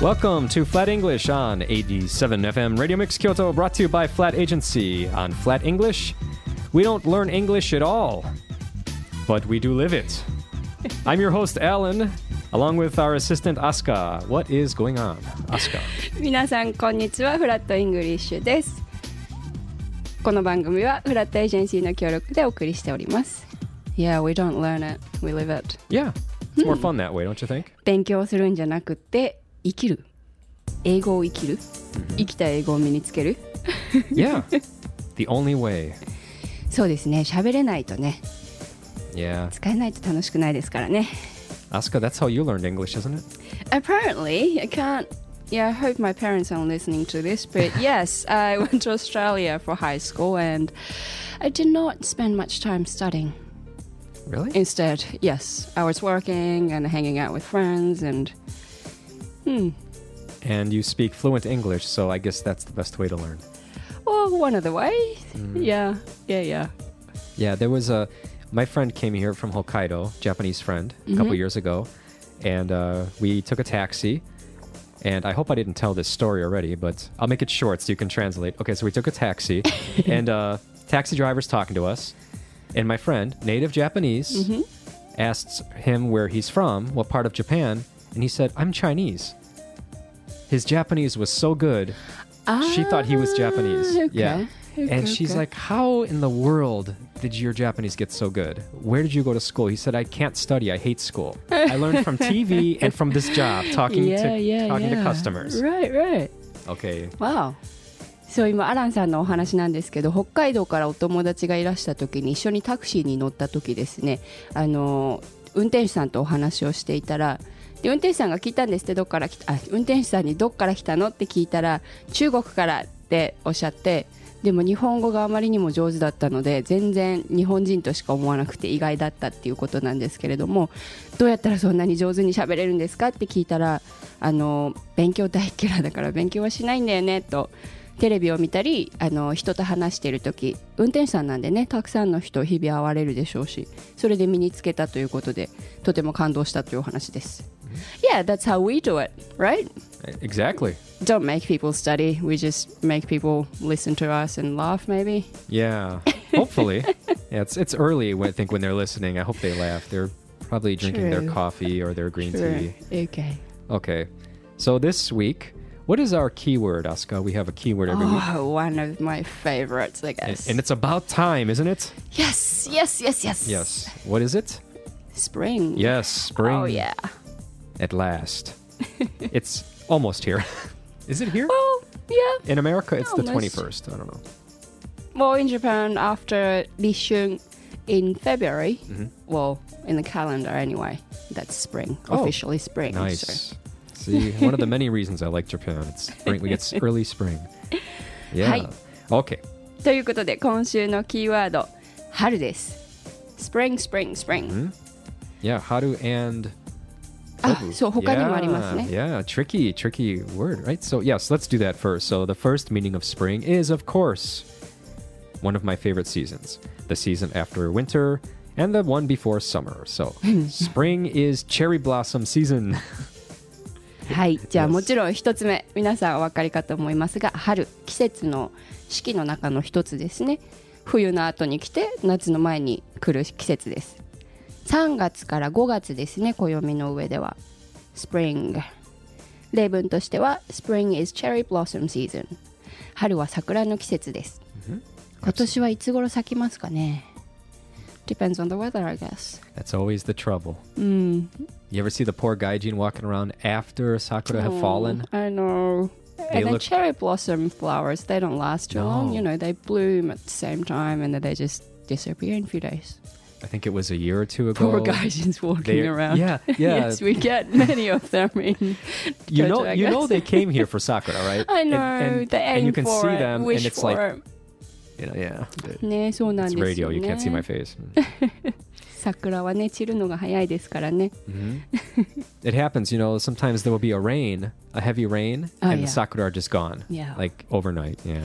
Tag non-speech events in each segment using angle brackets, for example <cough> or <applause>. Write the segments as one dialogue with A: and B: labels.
A: Welcome to Flat English on 87 FM Radio Mix Kyoto, brought to you by Flat Agency. On Flat English, we don't learn English at all, but we do live it. I'm your host, Alan, along with our assistant, Asuka. What is going on, Asuka?
B: 皆さんこんにちはフラットイングリッシュですこの番組はフラットエージェンシーの協力でお送りしております Yeah, we don't learn it, we live it
A: Yeah, it's more fun that way, don't you think?
B: 勉強するんじゃなくて生きる英語を生きる生きた英語を身につける
A: Yeah, the only way.
B: そうですね喋れないとね
A: Yeah.
B: 使えないと楽しくないですからね
A: Asuka, that's how you learned English, isn't it?
B: Apparently, I can't. Yeah, I hope my parents aren't listening to this, <laughs> but yes, I went to Australia for high school and I did not spend much time studying.
A: Really?
B: Instead, yes, I was working and hanging out with friends and.
A: And you speak fluent English, so I guess that's the best way to learn.
B: Oh, one of the ways.
A: Mm.
B: Yeah, yeah, yeah.
A: Yeah, there was a. My friend came here from Hokkaido, Japanese friend, a couple years ago, and uh, we took a taxi. And I hope I didn't tell this story already, but I'll make it short so you can translate. Okay, so we took a taxi, and uh, taxi driver's talking to us, and my friend, native Japanese, asks him where he's from, what part of Japan, and he said, "I'm Chinese." His Japanese was so good, she thought he was Japanese.
B: Ah, okay.
A: Yeah.
B: Okay,
A: and she's
B: okay.
A: like, How in the world did your Japanese get so good? Where did you go to school? He said, I can't study. I hate school. I learned from
B: <laughs>
A: TV and from this job, talking,
B: yeah,
A: to,
B: yeah,
A: talking
B: yeah.
A: to customers.
B: Right, right.
A: Okay.
B: Wow. そう今アランさんのお話なんですけど北海道からお友達がいらした時に一緒にタクシーに乗った時ですねあの運転手さんとお話をしていたらで運転手さんが聞いたんですってどっから来たあ運転手さんにどっから来たのって聞いたら中国からっておっしゃってでも日本語があまりにも上手だったので全然日本人としか思わなくて意外だったっていうことなんですけれどもどうやったらそんなに上手に喋れるんですかって聞いたらあの勉強大嫌いだから勉強はしないんだよねとテレビを見たりあの人と話している時運転手さんなんでねたくさんの人日々会われるでしょうしそれで身につけたということでとても感動したというお話です。Yeah, that's how we do it, right?
A: e, Exactly.
B: Don't make people study. We just make people listen to us and laugh, maybe.
A: Yeah.
B: <laughs>
A: Hopefully. yeah, it's, it's early, when, I think, when they're listening. I hope they laugh. They're probably drinking their
B: True.
A: coffee or their green tea.
B: Okay.
A: Okay. So this week, what is our keyword, Asuka? We have a keyword every week.
B: Oh, one of my favorites, I guess.
A: And it's about time, isn't it?
B: yes, yes, yes, yes.
A: Yes. What is it?
B: Spring.
A: Yes, spring.
B: Oh, yeah.
A: At
B: <laughs>
A: last. it's almost here. <laughs> Is it here?
B: Well, yeah.
A: In America, it's the
B: Oh. Almost.
A: 21st. I don't know.
B: Well, in Japan, after Lishun in February,
A: Mm-hmm.
B: well, in the calendar anyway, that's spring,
A: Oh,
B: officially spring. so-
A: Nice. See, one of the
B: <laughs>
A: many reasons I like Japan. It's spring. We get s- early spring. Yeah.
B: Hi.
A: Okay.
B: ということで、今週のキーワード、春です。Spring, spring, spring.
A: Mm-hmm. Yeah, haru and
B: あ、そう、他にもありま
A: yeah,
B: すね。
A: yeah, tricky, tricky word, right? So, yes, let's do that first. So, the first meaning of spring is, of course, one of my favorite seasons the season after winter and the one before summer.
B: <laughs>
A: So, spring is cherry blossom season.
B: Mm-hmm.
A: <laughs>
B: はい、じゃ
A: Yes.
B: あもちろん一つ目皆さんお分かりかと思いますが春季節の四季の中の一つですね冬の後に来て夏の前に来る季節です3月から5月ですね暦の上では Spring 例文としては Spring is cherry blossom season 春は桜の季節です、今年はいつ頃咲きますかね Depends on the weather I guess
A: That's always the trouble. You ever see the poor gaijin walking around after sakura have fallen?
B: Oh, I know.
A: They
B: and then
A: look-
B: cherry blossom flowers, they don't last too long.
A: No.
B: You know, they bloom at the same time and then they just disappear in a few days. <laughs>
A: I think it was a year or two ago.
B: Poor <laughs> guys just walking
A: they're-
B: around. <laughs>
A: yeah, yeah.
B: yes, we get many of them in.
A: <laughs> You
B: Jojo,
A: know,
B: I
A: you know
B: guess.
A: they came here for sakura, right?
B: <laughs> I
A: And-
B: know.
A: and,
B: they aim
A: and you can
B: for
A: see
B: it,
A: them,
B: wish
A: and it's
B: for
A: like,
B: it.
A: you know, yeah,
B: ね、そうなん
A: it's
B: ですよ
A: radio.
B: ね。
A: You can't see my
B: <laughs>
A: face.
B: 桜はね、散るのが早いですからね。
A: Mm-hmm. it happens, you know, sometimes there will be a rain, a heavy rain,
B: Oh,
A: and the
B: yeah.
A: sakura are just gone.
B: Yeah.
A: Like overnight. Yeah.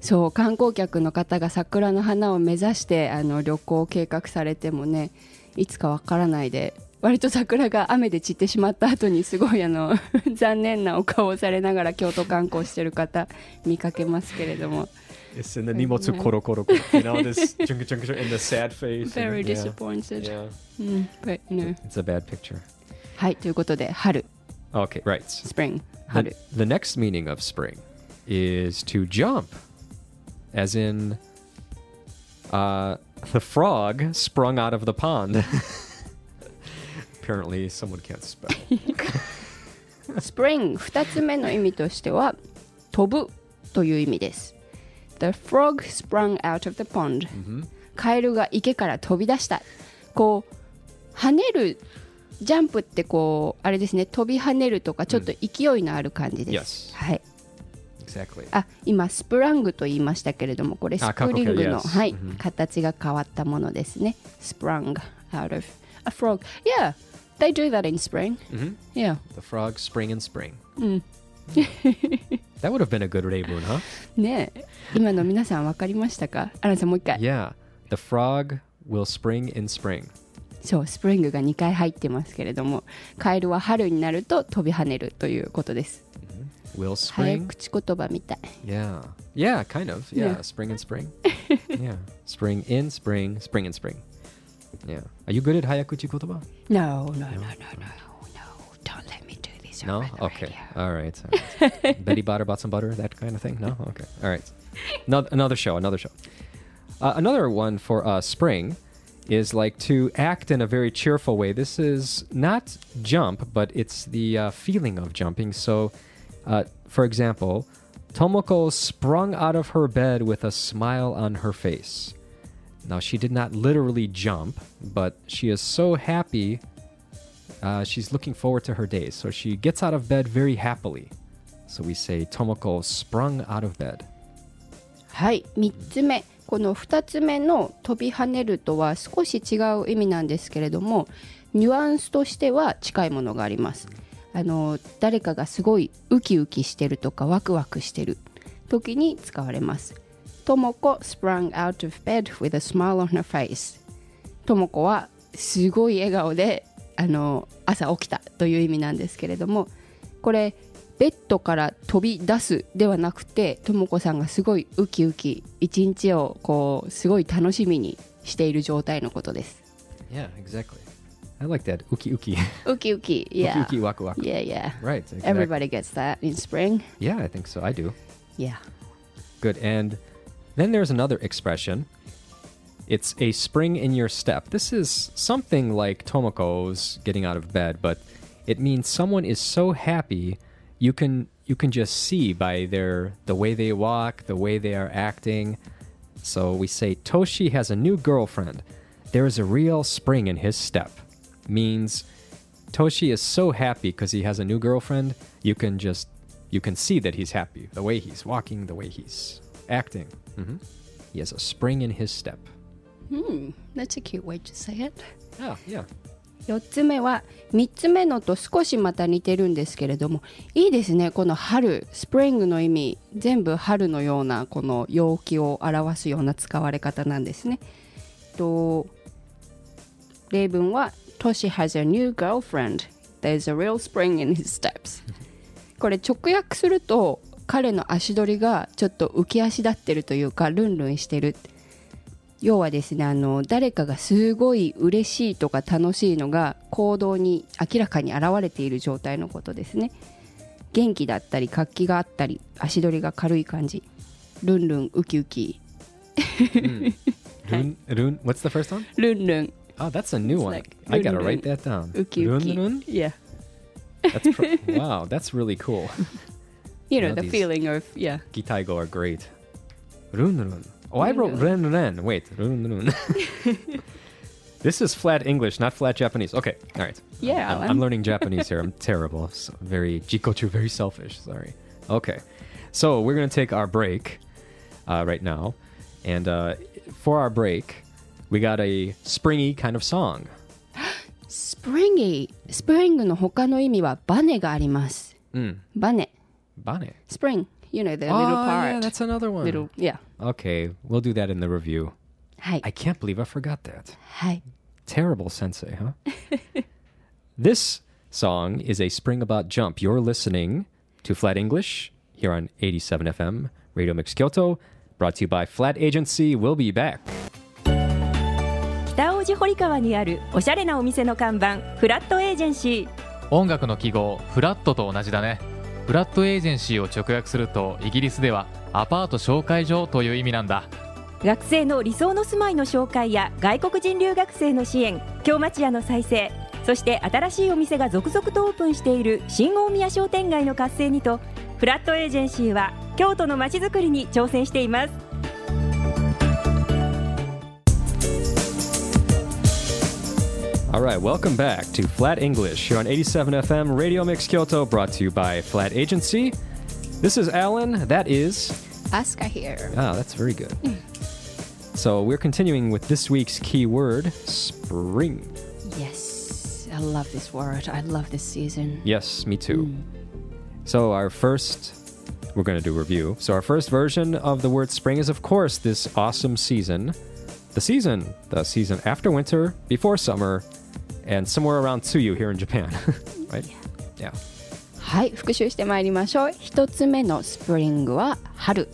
B: そう観光客の方が桜の花を目指してあの旅行を計画されてもねいつかわからないで割と桜が雨で散ってしまった後にすごいあの <laughs> 残念なお顔をされながら京都観光してる方見かけますけれども
A: It's in the Nimotsu Koro Koro Koro. You know,
B: <laughs>
A: this chunka chunka chunka and the sad face. and-
B: Very
A: yeah.
B: disappointed、
A: Yeah.
B: うん but, you know.
A: It's a bad picture.
B: はいということで春
A: Okay, right.
B: spring
A: The,
B: 春
A: the next meaning of spring is to jump, as in uh, the frog sprung out of the pond. <laughs> Apparently, someone can't spell.
B: spring 二つ目の意味としては飛ぶという意味です The frog sprung out of the pond、カエ
A: Mm-hmm.
B: ルが池から飛び出したこう跳ねるジャンプってこうあれですね飛び跳ねるとかちょっと勢いのある感じです、
A: Yes
B: はい
A: exactly.
B: あ今スプラングと言いましたけれどもこれス
A: あ
B: プリングの、
A: 過去形 yes
B: はい形が変わったものですね sprung out of a frog yeah they do that in spring、yeah
A: Mm-hmm. The frog spring and spring. <laughs> that would have been a good Reibun, huh?
B: ねえ今の皆さん分かりましたかアランさんもう一回
A: Yeah. The frog will spring in spring.
B: そうスプリングが2回入ってますけれどもカエルは春になると飛び跳ねるということです
A: Will
B: 早
A: spring?
B: 口言葉みたい
A: Yeah. Yeah, kind of. Yeah.
B: Yeah.
A: Spring and spring. <laughs> yeah. Spring in spring, spring and spring. Yeah. Are you good at Hayakuchi Kotoba?
B: No no no no no no don't let me do this
A: No?
B: over the
A: Okay.
B: radio.
A: All right. All
B: <laughs>
A: right. Betty Botter bought some butter, that kind of thing? No? Okay. All right. No, another show, another show. Uh, another one for uh, spring is like to act in a very cheerful way. This is not jump, but it's the uh, feeling of jumping. So, uh, for example, Tomoko sprung out of her bed with a smile on her face. Now, she did not literally jump, but she is so happy uh, she's looking forward to her day, so she gets out of bed very happily. So we say Tomoko sprung out of bed.
B: はい3つ目この2つ目の「飛び跳ねる」とは少し違う意味なんですけれどもニュアンスとしては近いものがありますあの誰かがすごいウキウキしてるとかワクワクしてる時に使われます「ともこ sprang out of bed with a smile on her face」ともこはすごい笑顔であの朝起きたという意味なんですけれどもこれベッドから飛び出すではなくてともこさんがすごいウキウキ一日をこうすごい楽しみにしている状態のことです
A: Yeah, exactly. I like that. Uki uki. <laughs>
B: ウキウキ yeah
A: uki uki waku waku.
B: yeah yeah
A: Right. Exactly.
B: everybody gets that in spring
A: Yeah, I think so. I do.
B: yeah
A: Good. And then there's another expression. It's a spring in your step. This is something like Tomoko's getting out of bed, but it means someone is so happy you can you can just see by their the way they walk, the way they are acting. So we say Toshi has a new girlfriend. There is a real spring in his step. Means Toshi is so happy because he has a new girlfriend. You can just you can see that he's happy. The way he's walking, the way he's acting. hmm He has a spring in his step.
B: that's a cute way to say it
A: Yeah, Oh, yeah.
B: 4つ目は3つ目のと少しまた似てるんですけれどもいいですねこの春スプリングの意味全部春のようなこの陽気を表すような使われ方なんですね。と例文は「Toshi has a new girlfriend there's a real spring in his steps」これ直訳すると彼の足取りがちょっと浮き足立ってるというかルンルンしてる要はですねあの誰かがすごい嬉しいとか楽しいのが行動に明らかに現れている状態のことですね元気だったり活気があったり足取りが軽い感じルンルンウキウキ
A: <laughs> Run, run. Hmm. What's the first one?
B: ルンルン
A: Oh, that's a new
B: It's
A: one.
B: like
A: I gotta
B: run,
A: write that down.
B: ウキウ
A: Run,
B: キ
A: run?
B: Yeah
A: That's <laughs> pr- wow. That's really cool.
B: you
A: know
B: know the
A: these-
B: feeling of yeah
A: Gitaigo are great. Run run. Oh, I wrote ren ren. Wait, run
B: <laughs>
A: run. this is flat English, not flat Japanese. Okay, all right.
B: Yeah,
A: I'm, I'm
B: Alan.
A: learning Japanese here. I'm
B: <laughs>
A: terrible. So very jikochu, very selfish. Sorry. Okay, so we're gonna take our break uh, right now, and uh, for our break, we got a springy kind of song.
B: springy スプリングの他の意味はバネがあります、バネ
A: Hmm. Bane.
B: spring you know the little
A: Ah,
B: part
A: yeah, that's another one.
B: little yeah
A: Okay, we'll do that in the review.
B: はい
A: I can't believe I forgot that.
B: はい
A: Terrible sensei, huh? <laughs> This song is a spring about jump. You're listening to Flat English here on 87 FM Radio Mix Kyoto, brought to you by Flat Agency. We'll be back.
C: 北大路堀川にあるおしゃれなお店の看板フラットエージェンシー
D: 音楽の記号フラットと同じだねフラットエージェンシーを直訳するとイギリスではアパート紹介所という意味なんだ
C: 学生の理想の住まいの紹介や外国人留学生の支援京町屋の再生そして新しいお店が続々とオープンしている新大宮商店街の活性にとフラットエージェンシーは京都の街づくりに挑戦しています
A: All right, welcome back to Flat English here on 87 FM Radio Mix Kyoto, brought to you by Flat Agency. This is Alan. That is.
B: Asuka here.
A: Ah, that's very good. So we're continuing with this week's key word spring.
B: Yes, I love this word. I love this season.
A: Yes, me too.
B: Hmm.
A: So our first we're going to do review. So our first version of the word spring is of course this awesome season. The season, the season after winter, before summer, and somewhere around Tsuyu here in Japan. <laughs> right? Yeah.
B: はい、復習してまいりましょう。一つ目のスプリングは春。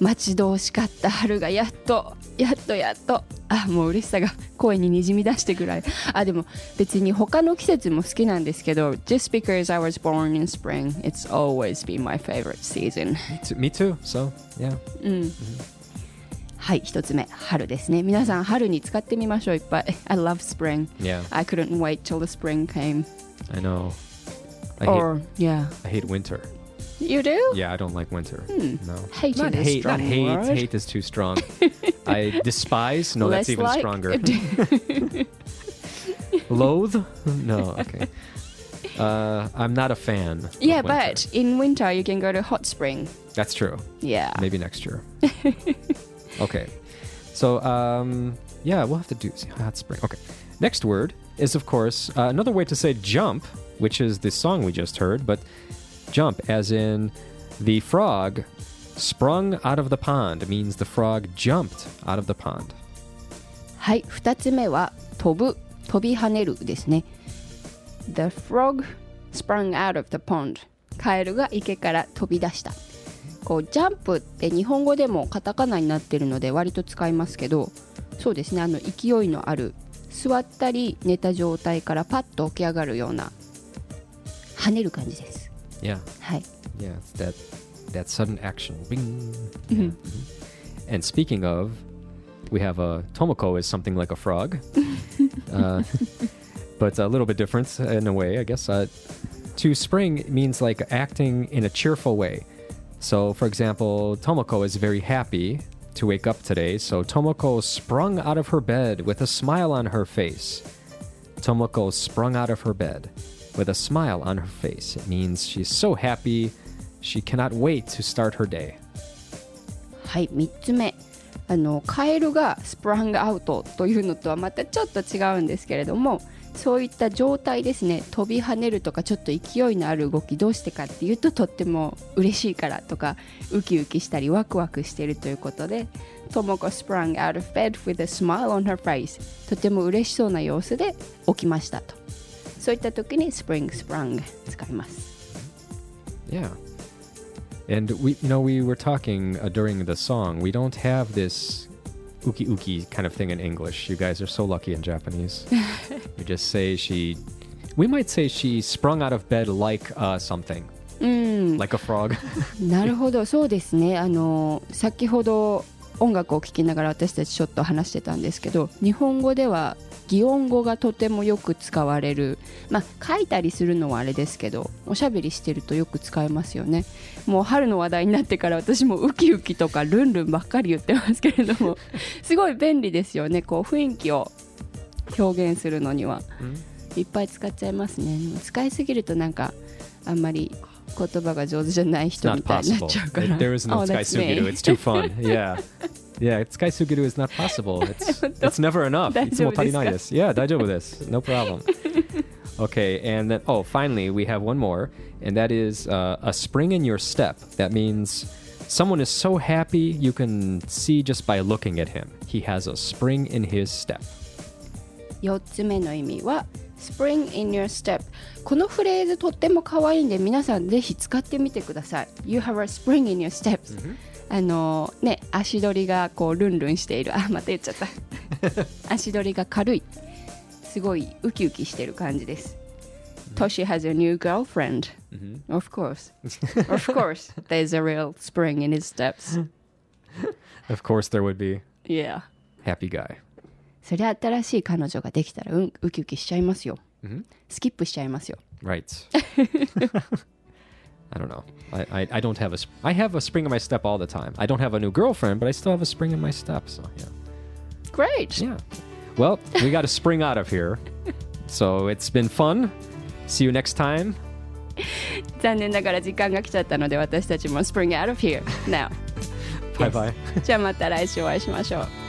B: 待ち遠しかった春がやっと、やっとやっと。あ、もう嬉しさが <laughs> 声ににじみ出してくらい。あ、でも別に他の季節も好きなんですけど、just because I was born in spring, it's always been my favorite season.
A: Me too, me too. So, yeah.
B: はい、一つ目、春ですね。皆さん、春に使ってみましょう、いっぱい。I love spring.
A: Yeah.
B: I couldn't wait till the spring came.
A: I know. I hate
B: Or, yeah.
A: I hate winter.
B: You do?
A: Yeah, I don't like winter. No.
B: Hmm. Hate
A: not
B: is a
A: hate, not
B: strong
A: hate.
B: word.
A: Hate is too
B: <laughs>
A: strong. I despise. No,
B: Less
A: that's even
B: like-
A: stronger. Loathe? No,
B: <laughs>
A: okay. Uh, I'm not a fan. of
B: <laughs> yeah,
A: winter.
B: but in winter you can go to hot spring.
A: that's true.
B: Yeah.
A: Maybe next
B: <laughs>
A: year. okay. So, um, yeah, we'll have to do hot spring. Okay. Next word is, of course, uh, another way to say jump, which is the song we just heard, but jump as in the frog sprung out of the pond means the frog jumped out of the pond.
B: はい、二つ目は飛ぶ、飛び跳ねるですね。The frog sprung out of the pond. カエルが池から飛び出した。こうジャンプって日本語でもカタカナになってるので割と使いますけど、そうですね。あの勢いのある座ったり寝た状態からパッと起き上がるような跳ねる感じです。
A: Yeah.
B: はい。
A: Yeah, it's that that sudden action. Bing. Yeah. Mhm. And speaking of, we have a Tomoko is something like a frog, uh, but a little bit different in a way, I guess. Uh, to spring means like acting in a cheerful way. So, for example, Tomoko is very happy to wake up today. So Tomoko sprung out of her bed with a smile on her face. Tomoko sprung out of her bed with a smile on her face. It means she's so happy she cannot wait to start her day.
B: はい3つ目あのカエルがスプラングアウトというのとはまたちょっと違うんですけれどもそういった状態ですね飛び跳ねるとかちょっと勢いのある動きどうしてかっていうととっても嬉しいからとかウキウキしたりワクワクしているということでトモコ sprang out of bed with a smile on her face とても嬉しそうな様子で起きましたとそういった時に spring sprang 使います
A: Yeah. And we, you know, we were talking uh, during the song. We don't have this uki uki kind of thing in English. You guys are so lucky in Japanese. we just say she. We might say she sprung out of bed like uh, something,
B: うん
A: like a frog.
B: <laughs> なるほどそうですねあの先ほど音楽を聴きながら私たちちょっと話してたんですけど日本語では擬音語がとてもよく使われるまあ書いたりするのはあれですけどおしゃべりしてるとよく使えますよねもう春の話題になってから私もウキウキとかルンルンばっかり言ってますけれど
A: <laughs>
B: もすごい便利ですよねこう雰囲気を表現するのには。いっぱい使っちゃいますねでも使いすぎるとなんかあんまり言葉が上手じゃない
A: It's
B: 人み
A: not
B: たいになっ
A: possible.
B: ちゃうから
A: There is no
B: Oh, that's
A: Skysugiru.
B: me.
A: It's too
B: <laughs>
A: fun. Yeah. Yeah, Skysugiru is not possible. It's it's never enough.
B: 大丈夫
A: い
B: ですか？
A: つも足りないです. Yeah, 大丈夫です. No
B: <laughs>
A: problem. Okay, and then oh, finally we have one more, and that is uh, a spring in your step. That means someone is so happy you can see just by looking at him. He has a spring in his step.
B: 4つ目の意味は Spring in your step このフレーズとっても可愛いんで皆さんぜひ使ってみてください You have a spring in your steps、あのね足取りがこうルンルンしているあまた言っちゃった足取りが軽いすごいウキウキしてる感じです、Toshi has a new girlfriend、Of course Of course There's a real spring in his steps
A: Of course, there would be
B: Yeah
A: happy guy.
B: そりゃ新しい彼女ができたらうんウキウキしちゃいますよ、スキップしちゃいますよ
A: Right. I don't know. I, I, I don't have a. Sp- I have a spring in my step all the time. I don't have a new girlfriend, but I still have a spring in my step. So yeah.
B: Great!
A: Yeah. Well, we got to spring out of here. So it's been fun. See you next time.
B: 残念ながら時間が来ちゃったので私たちも Spring out of here now
A: Bye bye.
B: じゃあまた来週お会いしましょう